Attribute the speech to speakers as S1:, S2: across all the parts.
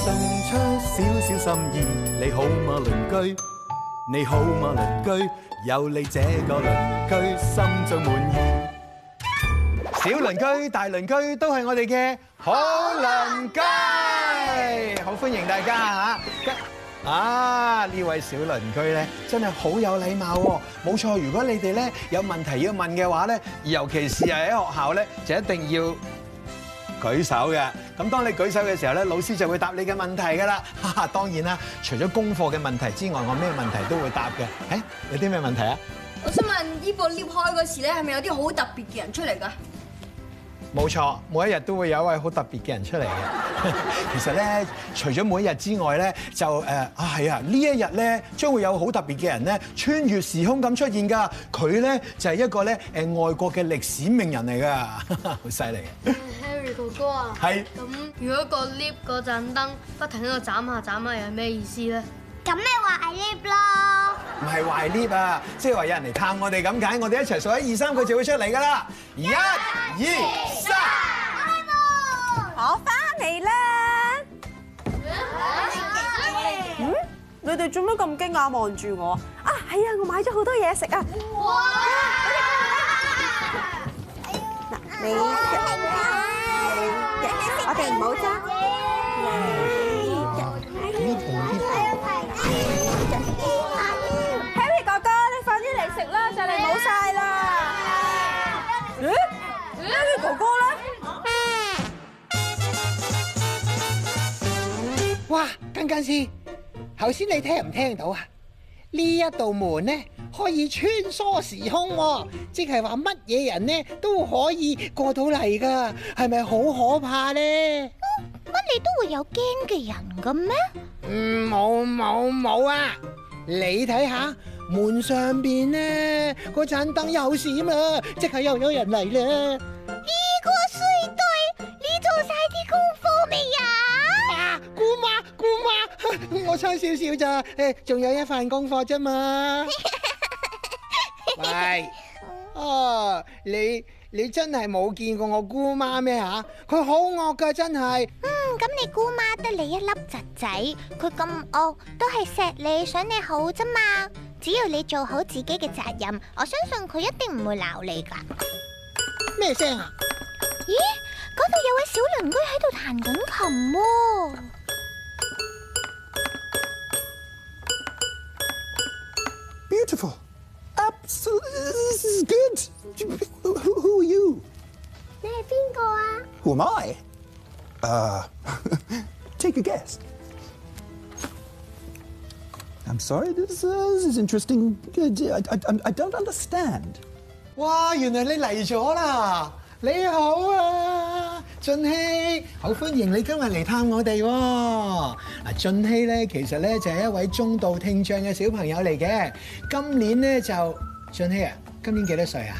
S1: 送出少少心意，你好嗎鄰居？你好嗎鄰居？有你這個鄰居，心中滿意。
S2: 小鄰居、大鄰居都係我哋嘅好鄰居，好歡迎大家嚇！啊，呢位小鄰居咧真係好有禮貌喎！冇錯，如果你哋咧有問題要問嘅話咧，尤其是係喺學校咧，就一定要舉手嘅，咁當你舉手嘅時候咧，老師就會答你嘅問題㗎啦。哈哈，當然啦，除咗功課嘅問題之外，我咩問題都會答嘅。誒，有啲咩問題啊？
S3: 我想問呢部 lift 開嗰時咧，係咪有啲好特別嘅人出嚟㗎？
S2: 冇錯，每一日都會有一位好特別嘅人出嚟嘅。 其實咧，除咗每一日之外咧，就誒啊係啊，呢一日咧將會有好特別嘅人咧穿越時空咁出現㗎。佢咧就係一個咧誒外國嘅歷史名人嚟㗎， 好犀利嘅。
S4: 嗯 Harry 哥哥啊，
S2: 係
S4: 咁如果個 lift 嗰盞燈不停喺度斬下斬下，有咩意思咧？
S5: 咁咪話 lift 咯，
S2: 唔係壞 lift 啊，即係話有人嚟探我哋咁解，我哋一齊數一二三，佢就會出嚟噶啦。一、二、三，
S6: 我翻嚟啦！嗯，你哋做乜咁驚訝望住我啊？啊，係啊，我買咗好多嘢食啊！嗱，你我哋唔好爭。
S2: 呢部 lift
S5: 我
S6: Harry 哥哥，你快啲嚟食啦，就嚟冇晒啦！咦？Harry 哥哥咧？
S7: 哇，近近事，頭先你聽唔聽到啊？呢一道門呢，可以穿梭時空喎、即係話乜嘢人呢都可以過到嚟噶，係咪好可怕呢？
S5: 哦你都會有驚嘅人嘅咩？
S7: 嗯，冇冇冇啊！你睇下門上邊呢，嗰盞燈又閃啦，即係又有人嚟啦。
S5: 呢個衰對，你做晒啲功課未啊？
S7: 啊，姑媽姑媽， 我差少少咋？誒，仲有一份功課啫嘛。 喂，啊，你你真係冇見過我姑媽咩嚇？佢好惡㗎，真係。
S5: 嗯，咁你姑媽得你一粒侄仔，佢咁惡都係錫你想你好啫嘛。只要你做好自己嘅責任，我相信佢一定唔會鬧你噶。
S7: 咩聲啊？
S5: 咦，嗰度有位小鄰居喺度彈緊琴喎。
S8: Beautiful. Absolutely good. Who, who- who are you?
S5: 你係邊個啊？
S8: Who am I? Uh, take a guess. I'm sorry, this, uh, this is interesting. I, I, I- I don't understand.
S2: 哇，原來你嚟咗啦！你好啊，俊熙，好歡迎你今日嚟探我哋喎。嗱，俊熙咧其實咧就係一位中度聽障嘅小朋友嚟嘅，今年咧就俊熙啊，今年幾多歲啊？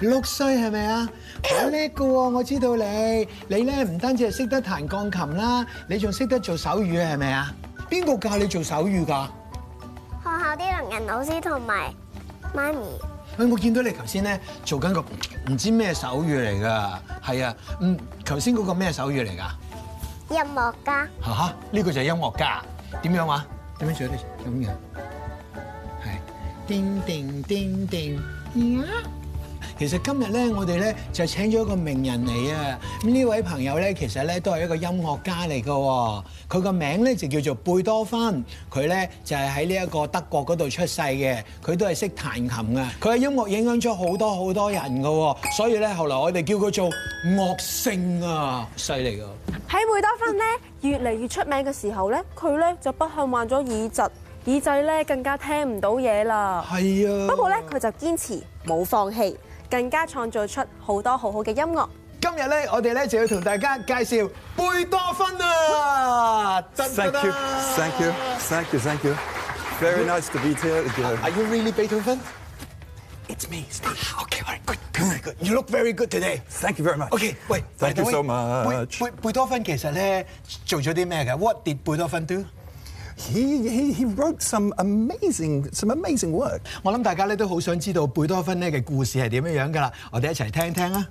S2: 六歲係咪啊？好叻㗎喎！我知道你，你咧唔單止係識得彈鋼琴啦，你仲識得做手語係咪啊？邊個教你做手語㗎？
S5: 學校啲聾人老師同埋媽咪。
S2: 喂，我見到你頭先咧做緊個唔知咩手語嚟㗎，係啊，嗯，頭先嗰個咩手語嚟㗎？
S5: 音樂家，
S2: 嚇、呢、個就係音樂家，點樣啊？點樣做咧？咁樣，係叮叮叮叮，其實今日咧，我哋咧就請咗一個名人嚟啊！咁呢位朋友咧，其實咧都係一個音樂家嚟㗎喎。佢個名咧就叫做貝多芬，佢咧就係喺呢一個德國嗰度出世嘅。佢都係識彈琴㗎。佢嘅音樂影響咗好多好多人㗎喎，所以咧後來我哋叫佢做樂聖啊，犀利㗎！
S6: 喺貝多芬咧越嚟越出名嘅時候咧，佢咧就不幸患咗耳疾，耳仔咧更加聽唔到嘢啦。
S2: 係啊。
S6: 不過咧，佢就堅持冇放棄，更加創造出好多好好嘅音樂。
S2: 今今日咧，我哋咧就要同大家介紹貝多芬啊！
S8: Thank you, thank you, thank you, thank you. Very nice to be here again.
S2: Are you really Beethoven? It's me, Steve. Okay, all right, good, good, very good. You look very good today.
S8: Thank you very much.
S2: Okay, wait.
S8: Thank
S2: by the
S8: you so
S2: way，貝
S8: much.
S2: 貝貝多芬其實咧做咗啲咩嘅？What did 貝多芬 do？
S8: He, he, he wrote some amazing, some amazing work.
S2: 我諗大家咧都好想知道貝多芬咧嘅故事係點樣樣㗎啦，我哋一齊聽聽啊！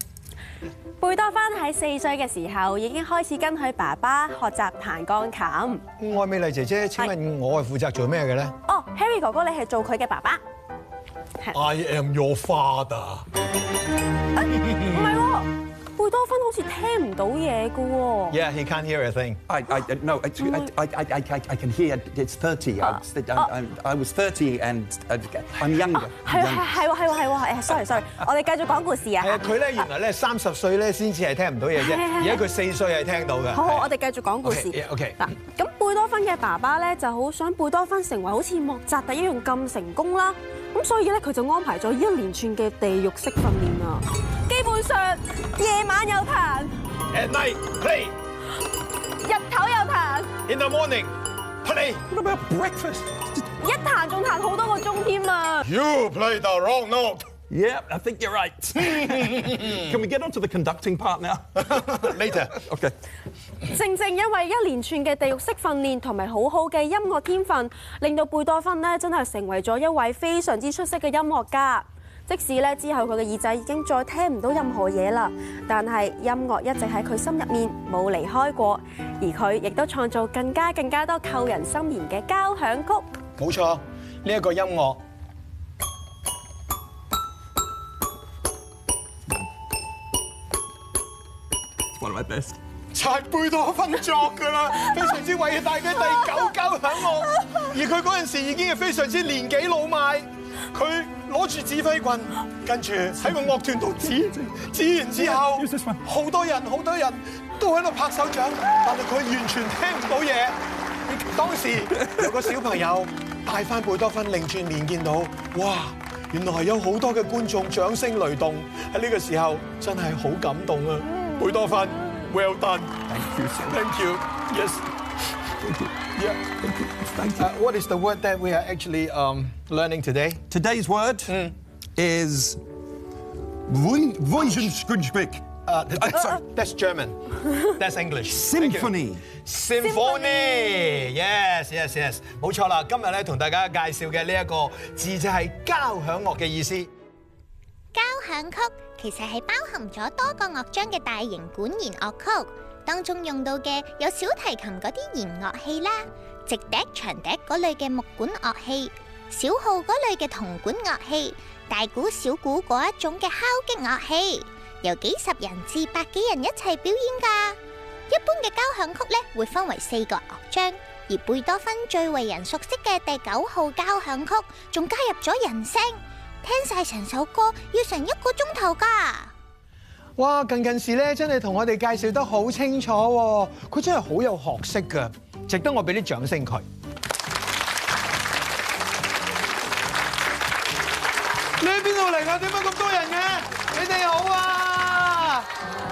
S6: 貝多芬喺四歲嘅時候已經開始跟佢爸爸學習彈鋼琴。
S2: 愛美麗姐姐，請問我係負責做咩嘅咧
S6: 哦，Harry 哥哥，你係做佢嘅爸爸？
S2: ？I am your father。
S6: 唔係喎，貝多芬好似聽唔到嘢嘅喎。
S2: Yeah, he can't hear a thing.
S8: I, I, I- no, actually, I, I, I, I, I- I can hear it's 30.
S2: Uh,
S8: I, was, I, I, I was 30 and I, I'm younger.
S6: 係喎
S8: younger.
S6: 係喎係喎係喎誒，sorry sorry，我哋繼續講故事啊。
S2: 誒佢咧原來咧三十歲咧先至係聽唔到嘢啫，而家佢四歲係聽到嘅。
S6: 好好，
S2: 係
S6: 我哋繼續講故事。
S2: OK，yeah，OK
S6: 嗱，咁貝多芬嘅爸爸咧就好想貝多芬成為好似莫扎特一樣咁成功啦，咁所以咧佢就安排咗一連串嘅地獄式訓練啊。基本上夜晚有彈，
S2: At night play,
S6: 日頭有彈，
S2: in the morning play.
S8: What about breakfast?
S6: 一彈仲彈好多個鐘添啊！
S2: You play the wrong note.
S8: Yeah, I think you're right. can we get on to the conducting part now?
S2: Later.
S8: Okay.
S6: 正正因為一連串嘅地獄式訓練同埋好好嘅音樂天分，令到貝多芬呢真係成為咗一位非常之出色嘅音樂家。即使呢之後佢嘅耳仔已經再聽唔到任何嘢啦，但係音樂一直喺佢心入面冇離開過，而佢亦都創造更加更加多扣人心弦嘅交響曲。
S2: 冇錯，呢、一個音樂就係貝多芬作㗎啦，非常之偉大嘅第九交響樂。而佢嗰陣時已經係非常之年紀老邁，佢攞住指揮棍，跟住喺個樂團度指，指完之後
S8: Use this one.，
S2: 好多人好多人都喺度拍手掌，但係佢完全聽唔到嘢。當時有個小朋友帶翻貝多芬擰轉面見到，哇！原來有好多嘅觀眾掌聲雷動，喺呢個時候真係好感動啊！貝多芬，well done。
S8: 嗯 Thank you so much.
S2: Thank you. Yes. Yeah.
S8: Thank you.
S2: Uh, what is the word that we are actually um, learning today?
S8: Today's word
S2: Mm.
S8: is Wunschkunststück.
S2: Uh, th- th- sorry, that's German. That's English. Thank you.
S8: Symphony.
S2: Symphony. Yes, yes, yes. 冇錯啦，今日咧同大家介紹嘅呢一個字就係交響樂嘅意思。
S5: 交響曲其實係包含咗多個樂章嘅大型管弦樂曲，當中用到嘅有小提琴嗰啲弦樂器啦、直笛、長笛嗰類嘅木管樂器、小號嗰類嘅銅管樂器、大鼓、小鼓嗰一種嘅敲擊樂器，由幾十人至百幾人一齊表演噶。一般嘅交響曲呢，會分為四個樂章，而貝多芬最為人熟悉嘅第九號交響曲，仲加入咗人聲。聽晒成首歌要成一個鐘頭㗎。
S2: 哇！近近時咧，真係同我哋介紹得好清楚喎，佢真係好有學識㗎，值得我俾啲掌聲佢。你喺邊度嚟㗎？點解咁多人嘅？你哋好啊！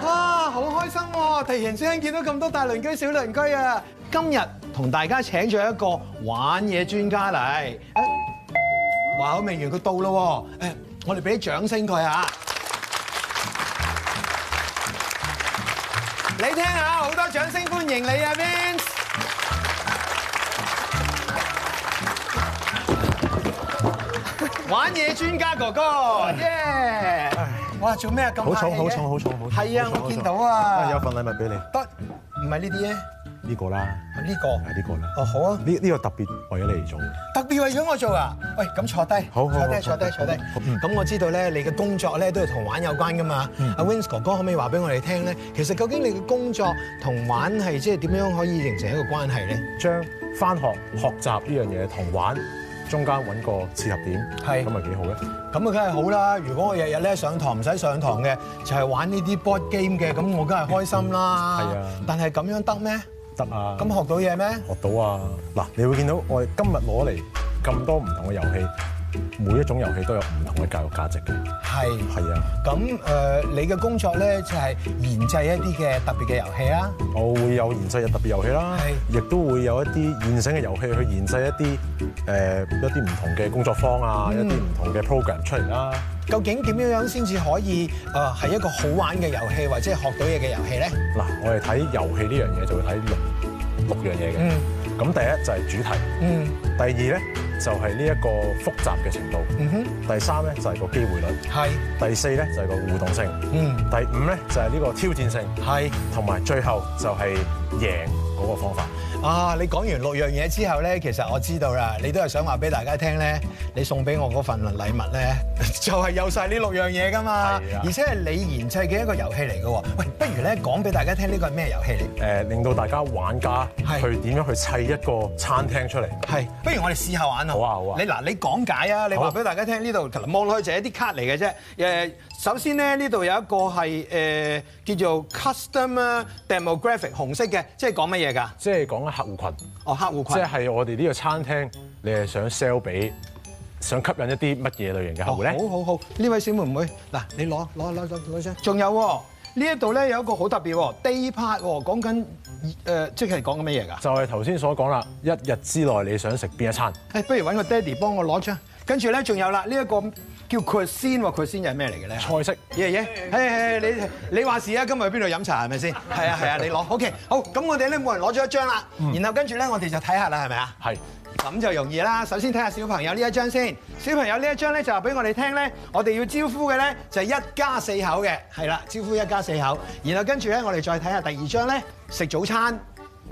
S2: 啊，好開心喎、突然之間見到咁多大鄰居、小鄰居啊！今日同大家請咗一個玩嘢專家嚟。誒話口未完，佢到咯喎！誒我哋俾啲掌聲佢啊！你聽下，好多掌聲歡迎你啊，Vince！玩嘢專家哥哥，耶！哇，做咩啊？咁
S9: 好
S2: 客氣
S9: 重
S2: 嘅
S9: 好重好重好重！
S2: 係啊
S9: 好，重
S2: 我見
S9: 好重
S2: 到啊。
S9: 有份禮物俾你，
S2: 得，唔係呢啲嘢，
S9: 呢個啦，
S2: 係呢個。
S9: 係呢個啦。
S2: 哦，好啊，
S9: 呢呢個特別為咗你而做嘅。
S2: 特別為咗我做啊！喂，咁坐低，
S9: 好好
S2: 坐低，
S9: 好
S2: 坐低，坐低
S9: 好嗯。
S2: 咁我知道咧，你嘅工作咧都係同玩有關噶嘛。阿 Wins 哥哥可唔可以話俾我哋聽咧？其實究竟你嘅工作同玩係即係點樣可以形成一個關係咧？
S9: 將翻學學習呢樣嘢同玩中間揾個切合點，
S2: 係
S9: 咁咪幾好咧？
S2: 咁啊，梗係好啦！如果我日日咧上堂唔使上堂嘅，就係玩呢啲 board game 嘅，咁我梗係開心啦。
S9: 係啊
S2: 但係咁樣得咩？
S9: 得啊，
S2: 咁學到嘢咩？
S9: 學到啊！嗱，你會見到我哋今日攞嚟咁多唔同嘅遊戲，每一種遊戲都有唔同嘅教育價值嘅。
S2: 係。
S9: 係啊，
S2: 咁誒、呃你嘅工作咧就係研製一啲嘅特別嘅遊戲啊啦。
S9: 我會有研製嘅特別遊戲啦，亦都會有一啲現成嘅遊戲去研製一啲誒、呃一啲唔同嘅工作坊啊，
S2: 嗯
S9: 一啲唔同嘅 program 出嚟啦。
S2: 究竟點樣樣先至可以誒係、一個好玩嘅遊戲，或者係學到嘢嘅遊戲咧？
S9: 嗱，我哋睇遊戲呢樣嘢就會睇六六樣嘢嘅。
S8: Mm.
S9: 咁、第一就係主題，
S2: 嗯
S9: 第二咧就係呢一個複雜嘅程度，
S2: 嗯哼，
S9: 第三咧就係個機會率，
S2: 係
S9: 第四咧就係個互動性，
S2: 嗯
S9: 第五咧就係呢個挑戰性，
S2: 係
S9: 同埋最後就係贏嗰個方法。
S2: 啊！你講完六樣嘢之後咧，其實我知道啦，你都係想話俾大家聽咧，你送俾我嗰份禮物咧， 就係有晒呢六樣嘢噶嘛
S9: 係啊，
S2: 而且係你研製嘅一個遊戲嚟嘅喎。喂，不如咧講俾大家聽呢個係咩遊戲嚟？
S9: 誒、令到大家玩家
S2: 係
S9: 去點樣去砌一個餐廳出嚟。
S2: 係，不如我哋試下玩啊！
S9: 好啊好啊
S2: 你嗱，你講解啊！你
S9: 好啊
S2: 話俾大家聽呢度，其實望落去就係一啲卡嚟嘅啫。誒，首先咧呢度有一個係誒、叫做 customer demographic 紅色嘅，即係講乜嘢㗎？
S9: 即係講緊客戶群，
S2: 哦，客戶
S9: 即
S2: 群。
S9: 係我哋呢個餐廳，你係想 sell 俾想吸引一啲乜嘢類型嘅客戶咧？
S2: 哦好好好，呢位小妹妹，嗱，你攞攞攞攞攞張。仲有喎，呢一度咧有一個好特別喎，day part 喎，講緊誒，即係講緊乜嘢㗎？
S9: 就係頭先所講啦，一日之內你想食邊一餐？
S2: 誒，哎不如揾個爹哋幫我攞張。跟住咧，仲有啦，呢、一個叫 cuisine 喎，cuisine 係咩嚟嘅咧？
S9: 菜式
S2: 爺爺，係係你你話事啊！今日去邊度飲茶係咪先？係啊係啊，你攞。OK，好，咁我哋咧每人攞咗一張啦，
S9: 嗯
S2: 然後跟住咧我哋就睇下啦，係咪啊？
S9: 係
S2: 咁就容易啦。首先睇下小朋友呢一張先。小朋友呢一張咧就話俾我哋聽咧，我哋要招呼嘅咧就係一家四口嘅，係啦，招呼一家四口。然後跟住咧，我哋再睇下第二張咧，食早餐。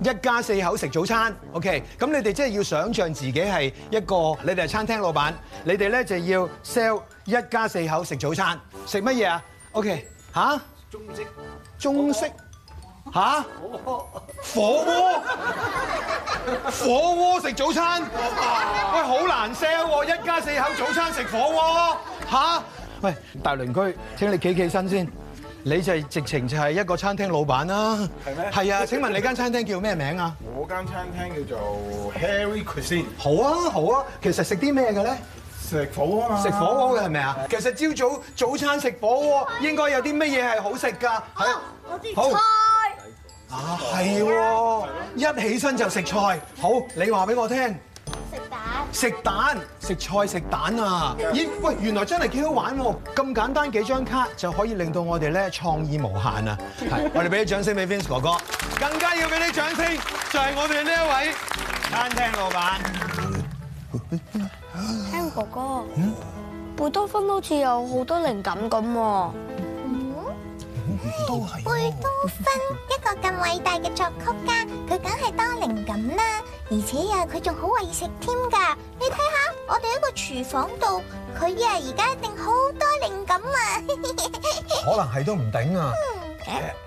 S2: 一家四口食早餐，OK，咁你哋即係要想像自己係一個，你哋係餐廳老闆，你哋咧就要 sell 一家四口食早餐，食乜嘢啊？OK，吓、中式，吓？火鍋，火鍋食早餐，喂，好難 sell 喎！一家四口早餐食火鍋，吓？喂，大鄰居，請你企企身先。你就係直情就係一個餐廳老闆啦，係咩？係啊，請問你間餐廳叫咩名啊？
S10: 我間餐廳叫做 Harry Cuisine，
S2: 好啊，好啊，其實食啲咩嘅咧？
S10: 食火鍋啊嘛，
S2: 食火鍋嘅係咪啊？其實朝早早餐食火鍋應該有啲乜嘢係好食㗎？係啊
S3: 我啲
S2: 好
S3: 菜
S2: 啊，係喎，一起身就食菜。好，你話俾我聽。
S5: 食蛋
S2: 食蛋、食菜、食蛋啊！咦，喂，原來真係幾好玩喎！咁簡單幾張卡就可以令到我哋咧創意無限啊！係，我哋俾啲掌聲俾 Vince 哥哥，更加要俾啲掌聲就係我哋呢一位餐廳老闆。
S4: Harry 哥哥，貝多芬好似有好多靈感咁喎。
S2: 都係
S5: 貝多芬一個咁偉大嘅作曲家，佢梗係多靈感啦。而且啊，佢仲好為食添㗎。你睇下，我哋喺個廚房度，佢啊而家一定好多靈感啊！
S2: 可能係都唔頂啊！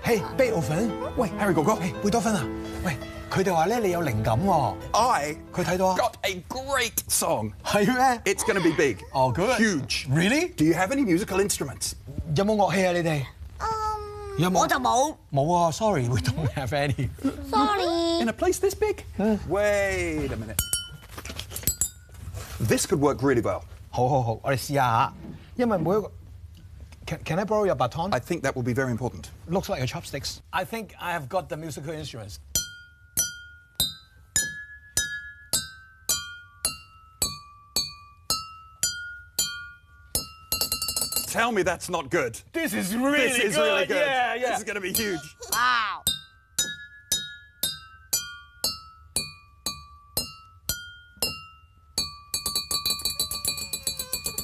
S2: 嘿，貝多芬，喂，Harry 哥哥，嘿，貝多芬啊，喂，佢哋話咧你有靈感喎，
S8: I
S2: 佢睇到啊，
S8: got a great song.
S2: 係咩
S8: It's going to be big.
S2: Oh, good.
S8: Huge.
S2: ？Really？
S8: Do you have any musical instruments?
S2: 有冇樂器啊？你哋有冇？我就冇。冇啊，sorry，we don't have any。
S8: In a place this big? Wait a minute. This could work really well.
S2: 好好好，我哋試下嚇，因為每一個 can can I borrow your baton?
S8: I think that will be very important.
S2: Looks like your chopsticks. I think I have got the musical instruments.
S8: Tell me that's not good.
S10: This is really
S8: this is really good. This is going to be huge.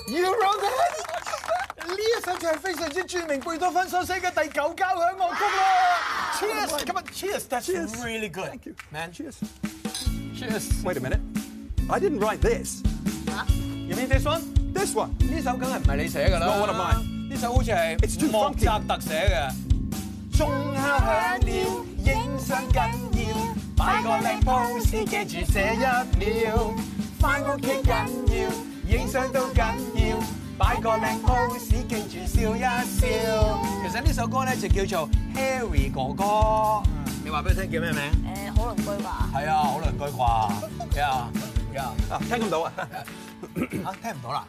S2: You wrote that? 呢一首就係非常之著名貝多芬所寫嘅第九交響樂曲啦。Cheers! Come on, cheers! That's
S8: Cheers.
S2: really good.
S8: Thank you.
S2: Man,
S8: Cheers.
S2: cheers.
S8: Wait a minute. I didn't write this.
S2: You mean this one?
S8: This one.
S2: 呢首梗係唔係你寫㗎啦
S8: It's not one of mine.
S2: 呢首好似
S8: It's too
S2: 係
S8: funky.
S2: 莫扎特寫嘅。鐘敲響了，影相緊要，擺個靚 pose，記住寫一秒。翻屋企緊要，影相都緊要，擺個靚 pose，記住笑一笑。其實呢首歌咧就叫做 Harry 哥哥，你話俾佢聽叫咩名？
S3: 誒，可能居吧。
S2: 係啊，好鄰居啩，呀呀。
S8: 啊，聽唔到啊！
S1: 嚇聽唔到啦。